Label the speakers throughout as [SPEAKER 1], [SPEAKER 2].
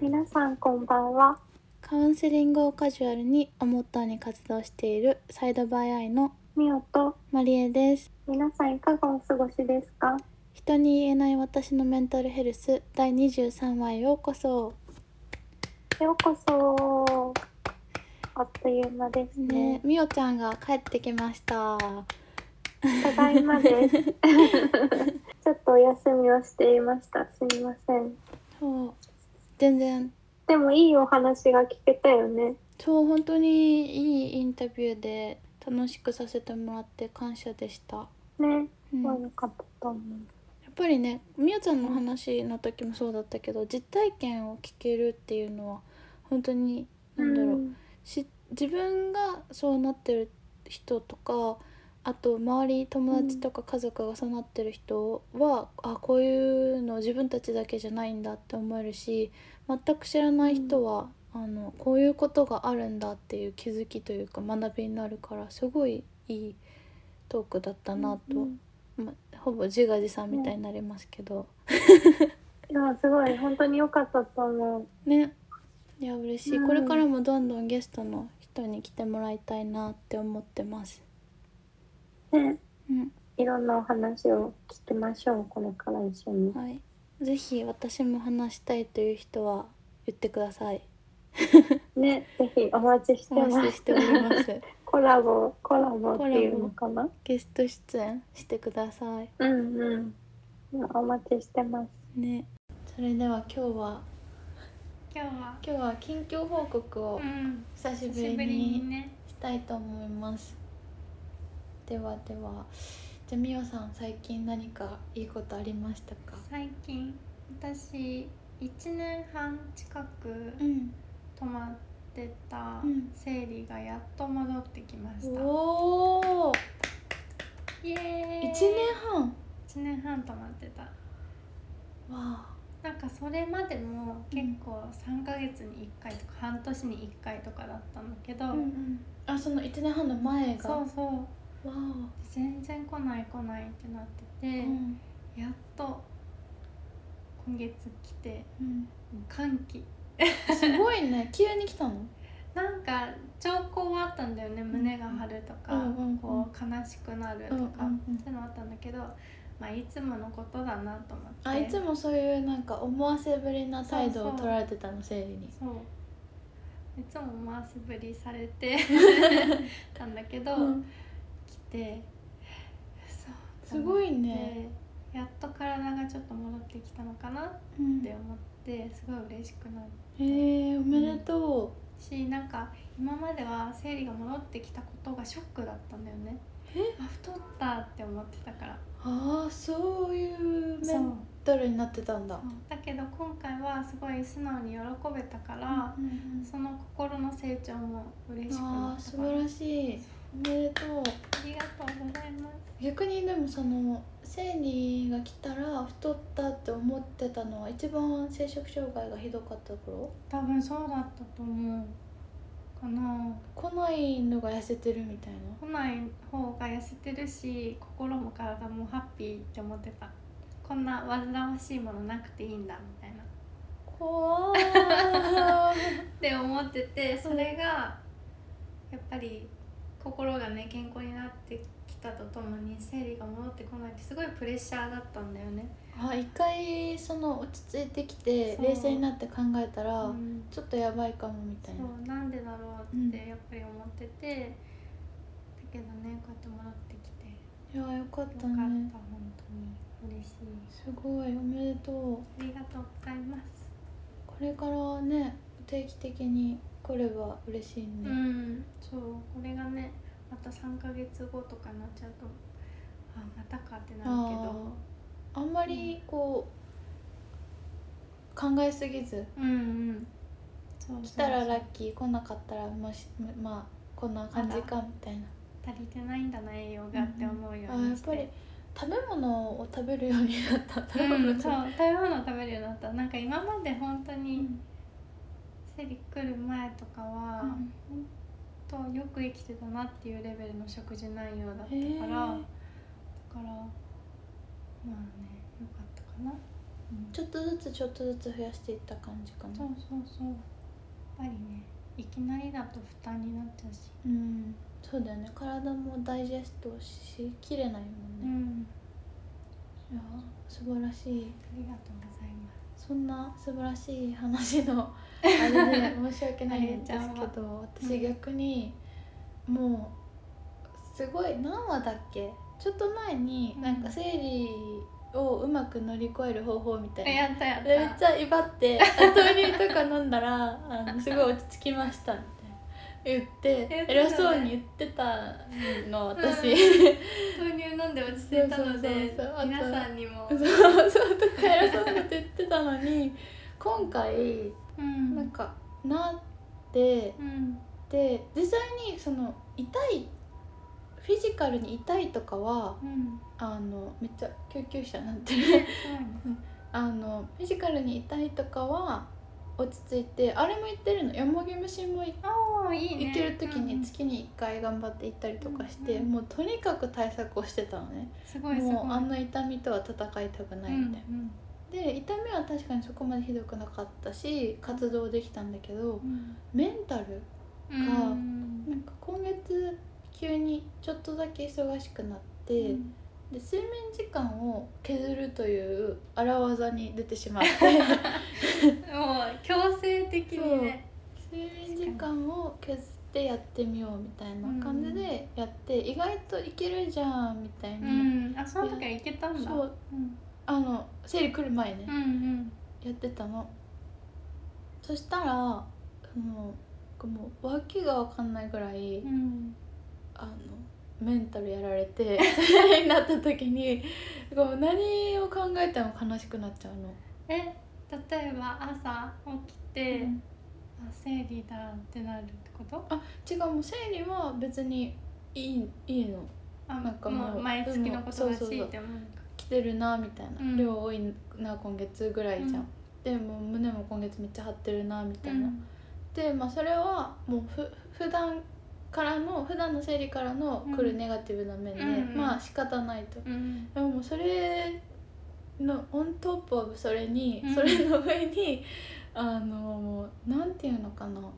[SPEAKER 1] 皆さんこんばんは。
[SPEAKER 2] カウンセリングをカジュアルにをモットーに活動しているサイドバイアイの
[SPEAKER 1] みおと
[SPEAKER 2] マリエです
[SPEAKER 1] 皆さんいかがお過ごしですか。
[SPEAKER 2] 人に言えない私のメンタルヘルス第23話へようこそ
[SPEAKER 1] ようこそ。あっという間です
[SPEAKER 2] ね
[SPEAKER 1] ね。
[SPEAKER 2] みおちゃんが帰ってきました
[SPEAKER 1] ただいまです。 ちょっとお休みをしていました。すみません。
[SPEAKER 2] そう全然
[SPEAKER 1] でもいいお話が聞けたよね。
[SPEAKER 2] そう本当にいいインタビューで楽しくさせてもらって感謝でした、
[SPEAKER 1] ね、
[SPEAKER 2] うん、
[SPEAKER 1] まあ
[SPEAKER 2] や
[SPEAKER 1] よかったと思
[SPEAKER 2] っぱりねみおちゃんの話の時もそうだったけど実体験を聞けるっていうのは本当に
[SPEAKER 1] う。
[SPEAKER 2] なんだろう、
[SPEAKER 1] ん
[SPEAKER 2] し自分がそうなってる人とかあと周り友達とか家族がそうなってる人は、あこういうの自分たちだけじゃないんだって思えるし全く知らない人は、あのこういうことがあるんだっていう気づきというか学びになるからすごいいいトークだったなと、
[SPEAKER 1] うん
[SPEAKER 2] まほぼ自画自賛みたいになりますけど、
[SPEAKER 1] いやすごい本当に良かったと思う。
[SPEAKER 2] ねいや嬉しい、
[SPEAKER 1] うん
[SPEAKER 2] これからもどんどんゲストの人に来てもらいたいなって思ってます。
[SPEAKER 1] ね、
[SPEAKER 2] うん
[SPEAKER 1] いろんなお話を聞きましょう。これから一緒に。
[SPEAKER 2] はい、ぜひ私も話したいという人は言ってください。
[SPEAKER 1] ね、ぜひお待ちして
[SPEAKER 2] お
[SPEAKER 1] ます。
[SPEAKER 2] 待ちしております。
[SPEAKER 1] コラボ、コラボっていうのかな。
[SPEAKER 2] ゲスト出演してください。
[SPEAKER 1] うんうん。お待ちしてます。
[SPEAKER 2] ね。それでは今日は
[SPEAKER 3] 今日は、
[SPEAKER 2] 今日は近況報告を
[SPEAKER 3] うん、
[SPEAKER 2] 久し
[SPEAKER 3] 久
[SPEAKER 2] ぶ
[SPEAKER 3] しぶ
[SPEAKER 2] り
[SPEAKER 3] りに
[SPEAKER 2] に
[SPEAKER 3] ね
[SPEAKER 2] したいと思います。ではでは、じゃあみおさん最近何かいいことありましたか？
[SPEAKER 3] 最近私1年半近く
[SPEAKER 2] うん。
[SPEAKER 3] 泊まってた
[SPEAKER 2] うん
[SPEAKER 3] 生理がやっと戻ってきました、
[SPEAKER 2] おお。
[SPEAKER 3] イエーイ
[SPEAKER 2] 一年半。わ
[SPEAKER 3] 1年半泊まってた
[SPEAKER 2] あ。
[SPEAKER 3] なんかそれまでも結構3ヶ月に1回とか半年に1回とかだったんだけど、
[SPEAKER 2] ん。あ、その一年半の前が。
[SPEAKER 3] そ
[SPEAKER 2] わ
[SPEAKER 3] うそう
[SPEAKER 2] あ。
[SPEAKER 3] 全然来ない来ないってなってて、
[SPEAKER 2] うん。
[SPEAKER 3] やっと今月来て
[SPEAKER 2] うん。
[SPEAKER 3] もう歓喜
[SPEAKER 2] すごいね急に来たの
[SPEAKER 3] なんか兆候はあったんだよね胸が張るとか、
[SPEAKER 2] うんうんうん
[SPEAKER 3] こう悲しくなるとか、
[SPEAKER 2] うんうんうん
[SPEAKER 3] そういうのあったんだけど、まあ、いつものことだなと思って
[SPEAKER 2] あいつもそういうなんか思わせぶりな態度を
[SPEAKER 3] そうそう
[SPEAKER 2] 取られてたの生理に
[SPEAKER 3] そういつも回すぶりされて たんだけど、
[SPEAKER 2] うん
[SPEAKER 3] 来てそう
[SPEAKER 2] すごい
[SPEAKER 3] と思っ
[SPEAKER 2] ね、
[SPEAKER 3] てやっと体がちょっと戻ってきたのかなっ
[SPEAKER 2] うん
[SPEAKER 3] て思ってすごい嬉しくなる
[SPEAKER 2] へえおめでと
[SPEAKER 3] しなんか今までは生理が戻ってきたことがショックだったんだよね
[SPEAKER 2] え
[SPEAKER 3] あ太ったって思ってたから
[SPEAKER 2] う、ああそういうメ
[SPEAKER 3] そう
[SPEAKER 2] ンタルになってたんだ
[SPEAKER 3] だけど今回はすごい素直に喜べたから、
[SPEAKER 2] うんうん
[SPEAKER 3] その心の成長も嬉しくな
[SPEAKER 2] あ
[SPEAKER 3] っ
[SPEAKER 2] ー
[SPEAKER 3] た
[SPEAKER 2] 素
[SPEAKER 3] から
[SPEAKER 2] 晴らしいおめでとう
[SPEAKER 3] ありがとうございます
[SPEAKER 2] 逆にでもその生理が来たら太ったって思ってたのは一番生殖障害がひどかった頃
[SPEAKER 3] 多分そうだったと思うかな
[SPEAKER 2] 来ないのが痩せてるみたいな
[SPEAKER 3] 来ない方が痩せてるし心も体もハッピーって思ってたこんな煩わしいものなくていいんだみたいな
[SPEAKER 2] 怖い
[SPEAKER 3] って思っててそれがやっぱり心がね健康になってきたとともに生理が戻ってこないってすごいプレッシャーだったんだよね。
[SPEAKER 2] あ一回その落ち着いてきて
[SPEAKER 3] そう
[SPEAKER 2] 冷静になって考えたら、
[SPEAKER 3] うん
[SPEAKER 2] ちょっとやばいかもみた
[SPEAKER 3] そ
[SPEAKER 2] いな
[SPEAKER 3] うなんでだろうってやっぱり思ってて、だけどねこうやって戻ってきてよ
[SPEAKER 2] いやーよかっ
[SPEAKER 3] かったた、
[SPEAKER 2] ね
[SPEAKER 3] 本当に嬉しい
[SPEAKER 2] すごいおめでとう
[SPEAKER 3] ありがとうございます、
[SPEAKER 2] これからね定期的に来れば嬉しいね、
[SPEAKER 3] うんそうこれがねまた3ヶ月後とかになっちゃうとあまたかってなるけど
[SPEAKER 2] あーあんまりこう、考えすぎず
[SPEAKER 3] うんうんそうそうそう
[SPEAKER 2] 来たらラッキー来なかったらまあしまあこんな感じかみたいな
[SPEAKER 3] 足りてないんだな栄養がって思うよ
[SPEAKER 2] あ
[SPEAKER 3] う
[SPEAKER 2] ーや
[SPEAKER 3] に
[SPEAKER 2] っ
[SPEAKER 3] して、
[SPEAKER 2] ぱり食べ物を食べるようになった食べ
[SPEAKER 3] う
[SPEAKER 2] 物
[SPEAKER 3] ん、そう食べ物を食べるようになったなんか今まで本当
[SPEAKER 2] う
[SPEAKER 3] に
[SPEAKER 2] ん
[SPEAKER 3] 生理来る前とかは、
[SPEAKER 2] うん
[SPEAKER 3] 本当よく生きてたなっていうレベルの食事内容だったからだか
[SPEAKER 2] へ
[SPEAKER 3] ら
[SPEAKER 2] ー
[SPEAKER 3] まあねよかったかな
[SPEAKER 2] ちょっとずつちょっとずつ増やしていった感じか
[SPEAKER 3] そう
[SPEAKER 2] な
[SPEAKER 3] そうそうやっぱりねいきなりだと負担になっちゃうし
[SPEAKER 2] うんそうだよね体もダイジェストしきれないもん
[SPEAKER 3] う
[SPEAKER 2] ね、
[SPEAKER 3] ん
[SPEAKER 2] いや素晴らしい
[SPEAKER 3] ありがとうございます
[SPEAKER 2] そんな素晴らしい話 のあれで申し訳ないんです
[SPEAKER 3] あれ
[SPEAKER 2] け
[SPEAKER 3] ち
[SPEAKER 2] ど
[SPEAKER 3] う
[SPEAKER 2] 私
[SPEAKER 3] ん
[SPEAKER 2] 逆にもうすごい何話だっけちょっと前に
[SPEAKER 3] うん
[SPEAKER 2] なんか生理をうまく乗り越える方法みたい
[SPEAKER 3] え
[SPEAKER 2] な。
[SPEAKER 3] やったやった
[SPEAKER 2] でめっちゃ威張って豆乳とか飲んだらあのすごい落ち着きましたみたいな言って
[SPEAKER 3] 言ってたね
[SPEAKER 2] 偉そうに言ってたの私、
[SPEAKER 3] 豆乳飲んで落ち着いたので
[SPEAKER 2] そうそうそうあと
[SPEAKER 3] 皆さんにも、
[SPEAKER 2] そうそうとか偉そうなこと言ってたのに今回
[SPEAKER 3] うん
[SPEAKER 2] なんかなって
[SPEAKER 3] うん
[SPEAKER 2] で実際にその痛いフィジカルに痛いとかは
[SPEAKER 3] うん
[SPEAKER 2] あのめっちゃ救急車なんて
[SPEAKER 3] そうやね
[SPEAKER 2] あのフィジカルに痛いとかは落ち着いてあれも言ってるのよもぎ虫も行
[SPEAKER 3] ああいいね
[SPEAKER 2] 行ってる時
[SPEAKER 3] うんう
[SPEAKER 2] に
[SPEAKER 3] ん
[SPEAKER 2] 月に1回頑張って行ったりとかして、
[SPEAKER 3] うんうん
[SPEAKER 2] もうとにかく対策をしてたのね
[SPEAKER 3] すごいすごい
[SPEAKER 2] もうあんな痛みとは戦いたくないみたいな。
[SPEAKER 3] うん
[SPEAKER 2] で痛みは確かにそこまでひどくなかったし活動できたんだけど
[SPEAKER 3] うん
[SPEAKER 2] メンタル
[SPEAKER 3] うん
[SPEAKER 2] が
[SPEAKER 3] うん
[SPEAKER 2] なんか今月急にちょっとだけ忙しくなって、
[SPEAKER 3] うん
[SPEAKER 2] で睡眠時間を削るという荒技に出てし まって
[SPEAKER 3] もう強制的にね
[SPEAKER 2] 睡眠時間を削ってやってみようみたいな感じでやって、意外といけるじゃんみたいうな、
[SPEAKER 3] んあその時は行けたんだ
[SPEAKER 2] そう
[SPEAKER 3] うん
[SPEAKER 2] あの生理来る前ね、
[SPEAKER 3] うんうん
[SPEAKER 2] やってたのそしたらそのもう訳が分かんないぐらい、
[SPEAKER 3] うん
[SPEAKER 2] あのメンタルやられ てそれになった時にこう何を考えても悲しくなっちゃうの。
[SPEAKER 3] え例えば朝起きて、
[SPEAKER 2] うん
[SPEAKER 3] あ生理だってなるってこと
[SPEAKER 2] 違うもう生理は別にいいいいの
[SPEAKER 3] あ
[SPEAKER 2] なんかもう
[SPEAKER 3] もう毎月のことらし
[SPEAKER 2] そうそう
[SPEAKER 3] い
[SPEAKER 2] そう
[SPEAKER 3] って思うのか
[SPEAKER 2] 来てるなみたいな、
[SPEAKER 3] うん
[SPEAKER 2] 量多いな今月ぐらいじゃん。
[SPEAKER 3] うん
[SPEAKER 2] でもう胸も今月めっちゃ張ってるなみたいな。
[SPEAKER 3] ん
[SPEAKER 2] で、まあ、それはもうふ普段からの普段の生理からの来
[SPEAKER 3] う
[SPEAKER 2] る
[SPEAKER 3] ん
[SPEAKER 2] ネガティブな面で、
[SPEAKER 3] うんうん
[SPEAKER 2] まあ仕方ないと。
[SPEAKER 3] うん
[SPEAKER 2] でももうそれのオントップオブそれに、
[SPEAKER 3] うん
[SPEAKER 2] それの上にあのもうなんていうのかなも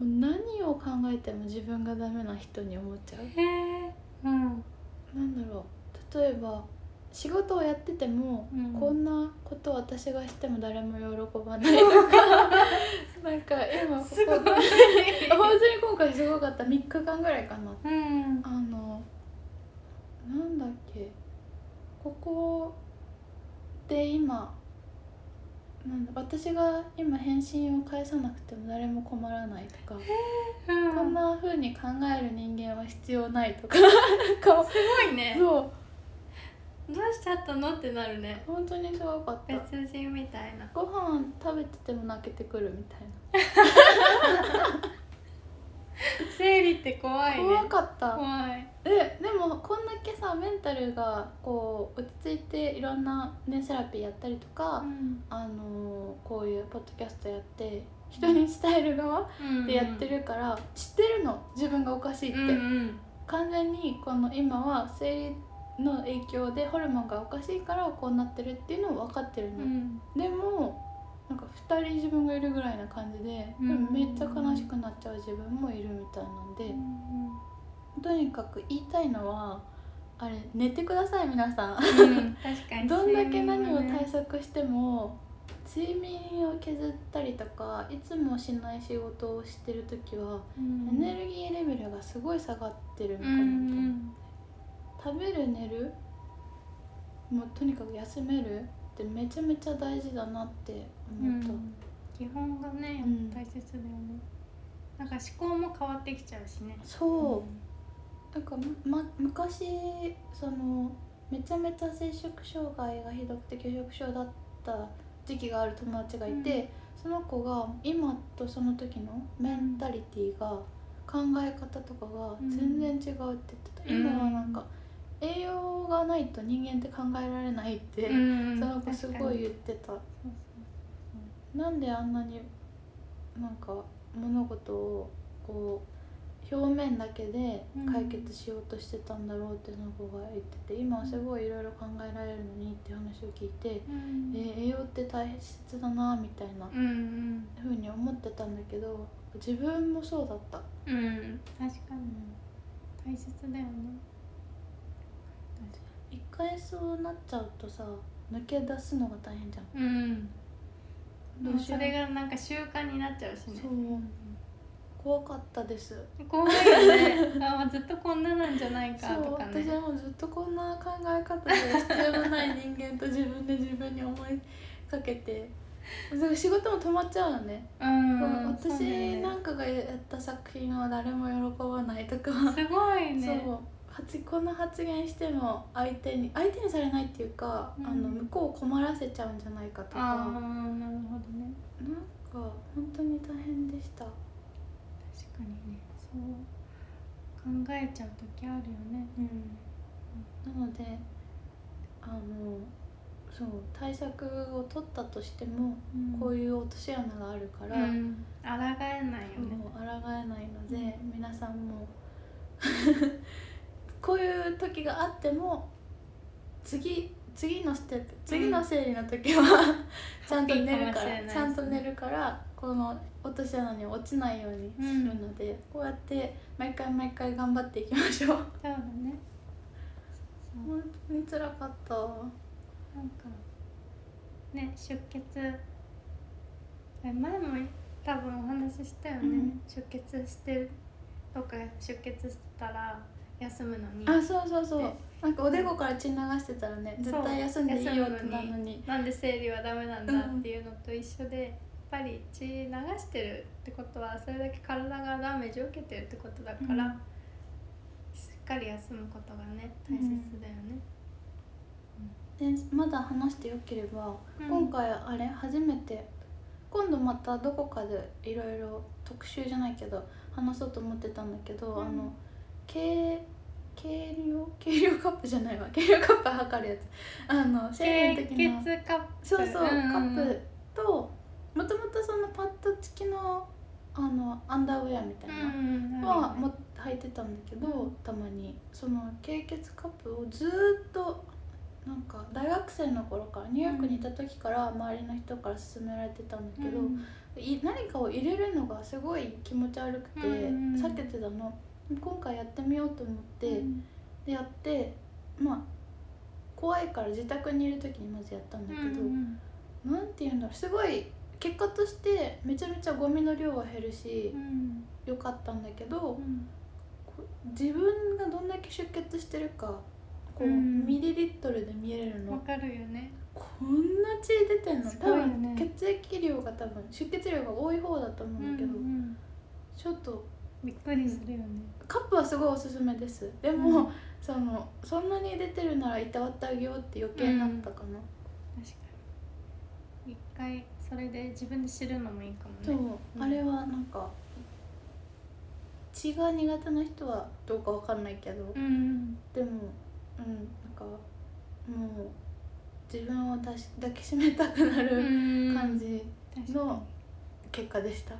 [SPEAKER 2] う何を考えても自分がダメな人に思っちゃう
[SPEAKER 3] へえうん
[SPEAKER 2] なんだろう例えば仕事をやってても、
[SPEAKER 3] うん
[SPEAKER 2] こんなこと私がしても誰も喜ばないと かなんか今こ
[SPEAKER 3] すごい
[SPEAKER 2] こで本当に今回すごかった3日間ぐらいかな
[SPEAKER 3] うん
[SPEAKER 2] あのなんだっけここで今なんだ私が今返信を返さなくても誰も困らないとか
[SPEAKER 3] うん
[SPEAKER 2] こんな風に考える人間は必要ない とかなんか
[SPEAKER 3] すごいね
[SPEAKER 2] そう
[SPEAKER 3] どうしちゃったのってなるね
[SPEAKER 2] 本当にすごかった
[SPEAKER 3] 別人みたいな
[SPEAKER 2] ご飯食べてても泣けてくるみたい
[SPEAKER 3] 生理って怖
[SPEAKER 2] ない
[SPEAKER 3] ね
[SPEAKER 2] 怖かった
[SPEAKER 3] 怖い
[SPEAKER 2] ででもこんだけさメンタルがこう落ち着いていろんな、ね、セラピーやったりとか、
[SPEAKER 3] うん
[SPEAKER 2] あのーこういうポッドキャストやって人に伝える側でやってるから、知ってるの自分がおかしいって、
[SPEAKER 3] うんうん
[SPEAKER 2] 完全にこの今は生理の影響でホルモンがおかしいからこうなってるっていうのを分かってるの、
[SPEAKER 3] うん
[SPEAKER 2] でもなんか2人自分がいるぐらいな感じで、
[SPEAKER 3] うん
[SPEAKER 2] でもめっちゃ悲しくなっちゃう自分もいるみたいなんで、とにかく言いたいのはあれ寝てください皆さん。
[SPEAKER 3] うん確か に
[SPEAKER 2] どんだけ何を
[SPEAKER 3] 睡眠は
[SPEAKER 2] 対
[SPEAKER 3] ね
[SPEAKER 2] 策しても睡眠を削ったりとかいつもしない仕事をしてる時は
[SPEAKER 3] うん
[SPEAKER 2] エネルギーレベルがすごい下がってるの
[SPEAKER 3] う
[SPEAKER 2] かなと、
[SPEAKER 3] ん
[SPEAKER 2] 食べる寝るもうとにかく休めるってめちゃめちゃ大事だなって
[SPEAKER 3] う
[SPEAKER 2] 思った、
[SPEAKER 3] ん基本がね
[SPEAKER 2] うん
[SPEAKER 3] 大切だよねなんか思考も変わってきちゃうしね
[SPEAKER 2] そう、なんか、ま、昔そのめちゃめちゃ摂食障害がひどくて拒食症だった時期がある友達がいて、
[SPEAKER 3] う
[SPEAKER 2] その子が今とその時のメンタリティーが、考え方とかが全然違うって言ってた、
[SPEAKER 3] うん
[SPEAKER 2] 今はなんか栄養がないと人間って考えられないって、
[SPEAKER 3] うん
[SPEAKER 2] その子すごい言ってたなんであんなになんか物事をこ表面だけで
[SPEAKER 3] うん
[SPEAKER 2] 解決しようとしてたんだろうってその子が言ってて今はすごいいろいろ考えられるのにって話を聞いて、
[SPEAKER 3] うん
[SPEAKER 2] えー栄養って大切だなみたいな
[SPEAKER 3] うん
[SPEAKER 2] ふうに思ってたんだけど自分もそうだった、
[SPEAKER 3] うんうん確か
[SPEAKER 2] う
[SPEAKER 3] に
[SPEAKER 2] ん
[SPEAKER 3] 大切だよね
[SPEAKER 2] 一回そうなっちゃうとさ抜け出すのが大変じゃん
[SPEAKER 3] うんでも
[SPEAKER 2] どうしよ
[SPEAKER 3] そうれがなんか習慣になっちゃうしね
[SPEAKER 2] そう怖かったです
[SPEAKER 3] 怖いよねあまあずっとこんななんじゃないか
[SPEAKER 2] そう
[SPEAKER 3] とかね
[SPEAKER 2] 私はもうずっとこんな考え方で必要のない人間と自分で自分に思いかけてだから仕事も止まっちゃうのね、
[SPEAKER 3] うんそうだ
[SPEAKER 2] 私
[SPEAKER 3] よね
[SPEAKER 2] なんかがやった作品は誰も喜ばないとか、
[SPEAKER 3] すごいね
[SPEAKER 2] そう発この発言しても相手に相手にされないっていうか、
[SPEAKER 3] うん
[SPEAKER 2] あの向こうを困らせちゃうんじゃないかとか
[SPEAKER 3] ああ
[SPEAKER 2] なんか
[SPEAKER 3] なるほどね
[SPEAKER 2] 本当に大変でした
[SPEAKER 3] 確かにねそう考えちゃう時あるよね
[SPEAKER 2] うん、なのであのそう対策を取ったとしても、こう
[SPEAKER 3] い
[SPEAKER 2] いう落とし穴があるから、
[SPEAKER 3] う
[SPEAKER 2] もうん
[SPEAKER 3] 抗えないよね
[SPEAKER 2] 抗えないので、皆さんも こういう時があっても次次のステップ次の生理の時は、 ちゃんと寝るからちゃんと寝るからこの落とし穴に落ちないようにするので、こうやって毎回毎回頑張っていきましょう。
[SPEAKER 3] そうだねそうそう
[SPEAKER 2] 本当に辛かった。
[SPEAKER 3] なんかね出血え前も多分お話ししたよね、
[SPEAKER 2] うん
[SPEAKER 3] 出血してどっか出血してたら休むのに
[SPEAKER 2] あ、そうそうそう
[SPEAKER 3] で。
[SPEAKER 2] なんかおでこから血流してたらね、
[SPEAKER 3] そう
[SPEAKER 2] 絶対休んでいいよってなのに。
[SPEAKER 3] なんで生理はダメなんだっていうのと一緒で、やっぱり血流してるってことはそれだけ体がダメージを受けてるってことだから、
[SPEAKER 2] うん
[SPEAKER 3] しっかり休むことがね大切だよね、
[SPEAKER 2] で、まだ話してよければ、
[SPEAKER 3] うん
[SPEAKER 2] 今回あれ初めて。今度またどこかでいろいろ特集じゃないけど話そうと思ってたんだけど、
[SPEAKER 3] うん
[SPEAKER 2] あの軽軽量軽量カップじゃないわ軽量カップ測るやつあの生理の
[SPEAKER 3] 経
[SPEAKER 2] 時の
[SPEAKER 3] 血カップ
[SPEAKER 2] そうそう、
[SPEAKER 3] ん
[SPEAKER 2] カップともともとそのパッド付きのあのアンダーウェアみたいな
[SPEAKER 3] うん
[SPEAKER 2] はも履いてたんだけど、たまにその経血カップをずーっとなんか大学生の頃からニューヨークにいた時から周りの人から勧められてたんだけど、
[SPEAKER 3] うん
[SPEAKER 2] い何かを入れるのがすごい気持ち悪くて
[SPEAKER 3] うん
[SPEAKER 2] 避けてたの今回やってみようと思って、
[SPEAKER 3] うん
[SPEAKER 2] でやってまあ怖いから自宅にいる時にまずやったんだけど、
[SPEAKER 3] うん
[SPEAKER 2] なんていうんだろうすごい結果としてめちゃめちゃゴミの量は減るし
[SPEAKER 3] うん
[SPEAKER 2] 良かったんだけど
[SPEAKER 3] うん
[SPEAKER 2] こ自分がどんだけ出血してるかこう、
[SPEAKER 3] うん
[SPEAKER 2] ミリリットルで見える
[SPEAKER 3] わ
[SPEAKER 2] の
[SPEAKER 3] かるよね
[SPEAKER 2] こんな血出てんの
[SPEAKER 3] す
[SPEAKER 2] 多
[SPEAKER 3] ごいよ
[SPEAKER 2] 分
[SPEAKER 3] ね
[SPEAKER 2] 血液量が多分出血量が多い方だと思うんだけど、
[SPEAKER 3] うんうん
[SPEAKER 2] ちょっと
[SPEAKER 3] びっくりするよね
[SPEAKER 2] カップはすごいおすすめですでも、
[SPEAKER 3] うん
[SPEAKER 2] そのそんなに出てるならいたわってあげようって余計になったかな、
[SPEAKER 3] 確かに一回それで自分で知るのもいいか
[SPEAKER 2] そう、
[SPEAKER 3] もねうん
[SPEAKER 2] あれはなんか血が苦手な人はどうかわかんないけど、
[SPEAKER 3] うん
[SPEAKER 2] でもうんなんかもう自分を抱し抱きしめたくなる
[SPEAKER 3] 感
[SPEAKER 2] 感じの結果でした、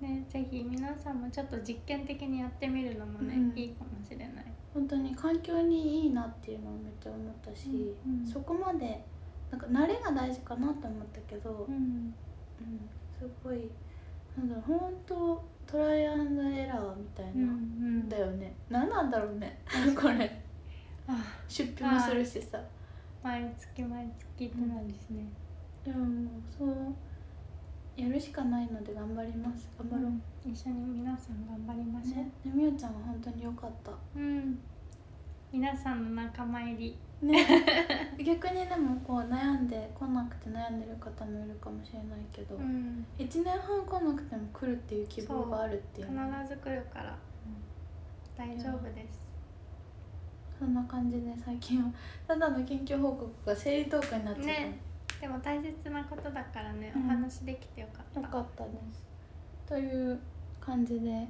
[SPEAKER 3] ねぜひ皆さんもちょっと実験的にやってみるのもね、
[SPEAKER 2] うん
[SPEAKER 3] いいかもしれない
[SPEAKER 2] 本当に環境にいいなっていうのをめっちゃ思ったし、
[SPEAKER 3] うんうん
[SPEAKER 2] そこまでなんか慣れが大事かなと思ったけど、
[SPEAKER 3] うん
[SPEAKER 2] うんすごいなんだろう本当トライアンドエラーみたいな、
[SPEAKER 3] うん
[SPEAKER 2] だよね何なんだろうね これ
[SPEAKER 3] あ
[SPEAKER 2] 出費もするしさ
[SPEAKER 3] 毎月毎月ってなるしね、
[SPEAKER 2] でももうそうやるしかないので頑張ります頑張ろう、
[SPEAKER 3] うん一緒に皆さん頑張りましょう、
[SPEAKER 2] ねでみおちゃんは本当に良かった
[SPEAKER 3] うん皆さんの仲間入り
[SPEAKER 2] ね逆にでもこう悩んで来なくて悩んでる方もいるかもしれないけど、
[SPEAKER 3] うん
[SPEAKER 2] 一1年半来なくても来るっていう希望があるってい
[SPEAKER 3] 必
[SPEAKER 2] うのは
[SPEAKER 3] ず来るから、大丈夫です
[SPEAKER 2] そんな感じで最近は ただの近況報告が生理トークになっちゃった、
[SPEAKER 3] ねでも大切なことだからね、
[SPEAKER 2] うん
[SPEAKER 3] お話できてよかった
[SPEAKER 2] よかったです。という感じで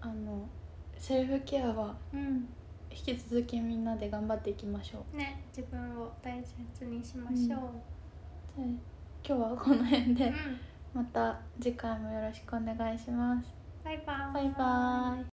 [SPEAKER 2] あのセルフケアは
[SPEAKER 3] うん
[SPEAKER 2] 引き続きみんなで頑張っていきましょう。
[SPEAKER 3] ね自分を大切にしましょう、
[SPEAKER 2] で今日はこの辺
[SPEAKER 3] うん
[SPEAKER 2] でまた次回もよろしくお願いします。
[SPEAKER 3] バイバーイ
[SPEAKER 2] バイバーイ